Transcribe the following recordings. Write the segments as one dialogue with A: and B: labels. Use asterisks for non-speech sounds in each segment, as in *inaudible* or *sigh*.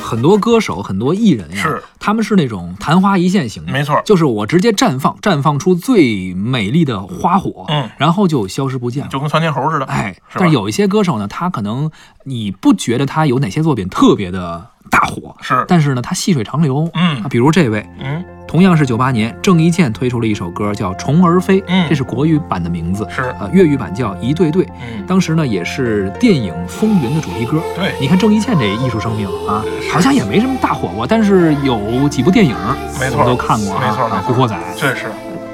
A: 很多歌手、很多艺人呀，
B: 是
A: 他们是那种昙花一现型的，
B: 没错儿，
A: 就是我直接绽放，绽放出最美丽的花火，
B: 嗯，
A: 然后就消失不见了。
B: 就跟窜天猴似的。
A: 哎，
B: 是吧
A: 但是有一些歌手呢，他可能你不觉得他有哪些作品特别的大火，
B: 是，
A: 但是呢，他细水长流。
B: 嗯
A: 啊，比如这位，
B: 嗯，
A: 同样是九八年，郑伊健推出了一首歌叫《虫儿飞》，
B: 嗯
A: 这是国语版的名字，
B: 是，
A: 呃，粤语版叫《一对对》，
B: 嗯，
A: 当时呢也是电影《风云》的主题歌。
B: 对，
A: 你看郑伊健这艺术生命啊，好像也没什么大火过，但是有几部电影
B: 没
A: 我
B: 错
A: 们都看过啊，
B: 没错
A: 啊
B: 没
A: 《
B: 错
A: 古惑仔
B: 这是。》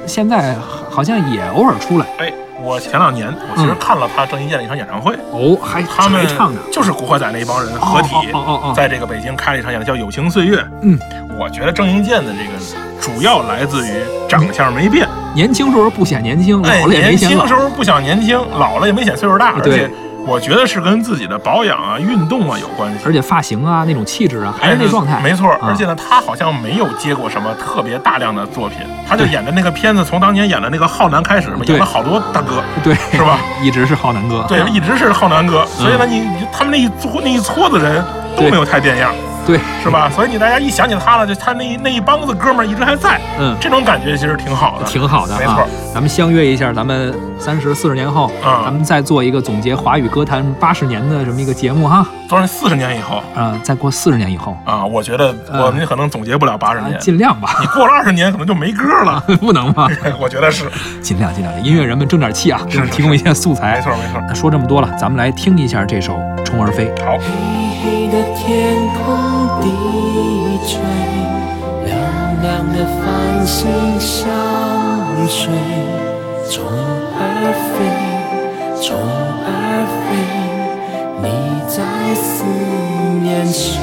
A: 现在好像也偶尔出来
B: 哎，我前两年我其实
A: 嗯
B: 看了他郑伊健的一场演唱会，
A: 哦，还
B: 他们
A: 还唱呢，
B: 就是古惑仔那一帮人合体，
A: 哦哦哦哦哦
B: 在这个北京开了一场演唱叫《友情岁月》。
A: 嗯，
B: 我觉得郑伊健的这个主要来自于长相没变，
A: 年轻时候不显年轻，嗯
B: 哎，
A: 老了也没
B: 年
A: 显老
B: 轻时。候不想年轻，老了也没显岁数大，而
A: 对
B: 且我觉得是跟自己的保养啊、运动啊有关系。
A: 而且发型啊，那种气质啊，还是那状态，
B: 哎没错。
A: 啊
B: 而且呢，他好像没有接过什么特别大量的作品，他就演的那个片子，从当年演的那个浩南开始嘛，
A: 对
B: 演了好多大哥，
A: 对，
B: 是吧？
A: 一直是浩南哥，啊
B: 对，一直是浩南哥，所以呢，你你他们那一撮那一撮子人都
A: 嗯对
B: 没有太变样，
A: 对，
B: 是吧？所以你大家一想起他了，就他那一那一帮子哥们儿一直还在，
A: 嗯，
B: 这种感觉其实挺好的，
A: 挺好的
B: 没
A: 啊
B: 错。
A: 咱们相约一下，咱们三十四十年后，
B: 嗯
A: 咱们再做一个总结华语歌坛八十年的这么一个节目哈。
B: 当然四十年以后
A: 啊，再过四十年以后，
B: 啊，我觉得我们可能总结不了八十
A: 嗯啊
B: 年，
A: 尽量吧，
B: 你过了二十年可能就没歌了，
A: *laughs* 不能吗？
B: *laughs* 我觉得是，
A: 尽量尽量，音乐人们争点气啊，给我们
B: 是
A: 提供一些素材
B: 没。错没错。
A: 那说这么多了，咱们来听一下这首《虫儿飞》。
B: 好，
C: 黑黑的天空低垂，凉凉的繁星相随，虫儿飞，虫儿飞，你在思念谁？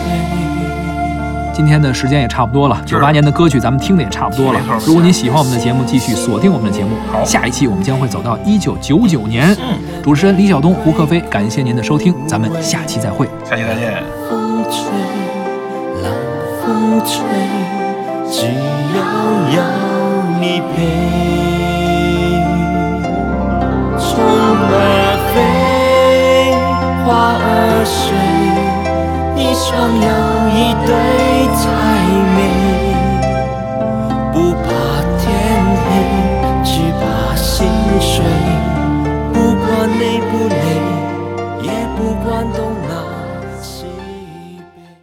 A: 今天的时间也差不多了，九八年的歌曲咱们听的也差不多了
B: 没错没。错
A: 如果您喜欢我们的节目，继续锁定我们的节目。
B: 好
A: 下一期我们将会走到一九九九年。
B: 嗯
A: 主持人李晓东、胡克飞，感谢您的收听，咱们下期再会。
B: 下期再见。
C: 风吹，冷风吹，只要有你陪。虫儿飞，花儿睡，一双又一对才美。不怕天黑，只怕心碎。不管累不累，也不管懂